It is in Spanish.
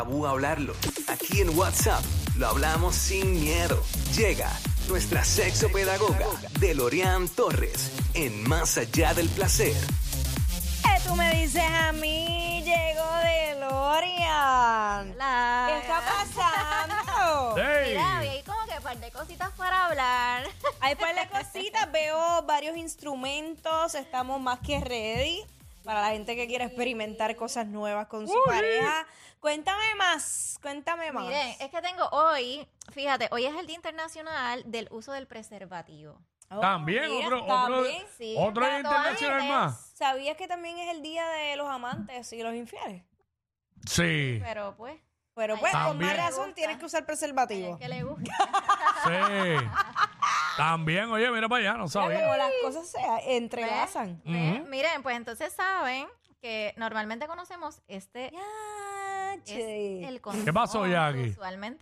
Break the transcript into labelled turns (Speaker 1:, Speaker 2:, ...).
Speaker 1: tabú hablarlo. Aquí en WhatsApp lo hablamos sin miedo. Llega nuestra sexopedagoga Delorian Torres en Más allá del placer.
Speaker 2: Eh, Tú me dices a mí, llegó DeLorean.
Speaker 3: La-
Speaker 2: ¿Qué está pasando?
Speaker 4: ¡Ey!
Speaker 3: Mira, vi ahí como que par de cositas para hablar.
Speaker 2: Hay par de cositas, veo varios instrumentos, estamos más que ready para la gente que quiere experimentar cosas nuevas con su pareja. Cuéntame más, cuéntame más.
Speaker 3: Miren, es que tengo hoy, fíjate, hoy es el Día Internacional del Uso del Preservativo.
Speaker 2: Oh,
Speaker 4: También,
Speaker 2: mira,
Speaker 4: otro,
Speaker 2: también.
Speaker 4: otro,
Speaker 3: sí.
Speaker 4: otro
Speaker 3: Para todas las
Speaker 4: internacional
Speaker 3: mujeres.
Speaker 4: más.
Speaker 2: ¿Sabías que también es el día de los amantes y los infieles?
Speaker 4: Sí,
Speaker 3: Pero pues,
Speaker 2: Pero
Speaker 3: Ay,
Speaker 2: pues, con
Speaker 4: también.
Speaker 2: más
Speaker 3: Me
Speaker 2: razón
Speaker 3: gusta.
Speaker 2: tienes que usar
Speaker 3: hay el
Speaker 2: preservativo.
Speaker 3: que le gusta.
Speaker 4: sí. También, oye, mira para allá, no
Speaker 2: Mira
Speaker 4: sabía.
Speaker 2: Como las cosas se entrelazan.
Speaker 3: ¿Ven?
Speaker 4: Ujú.
Speaker 3: Miren, pues entonces saben que normalmente conocemos este
Speaker 2: Ya,
Speaker 3: es el
Speaker 4: ¿Qué pasó,
Speaker 3: condón.
Speaker 4: Jackie?
Speaker 3: Usualmente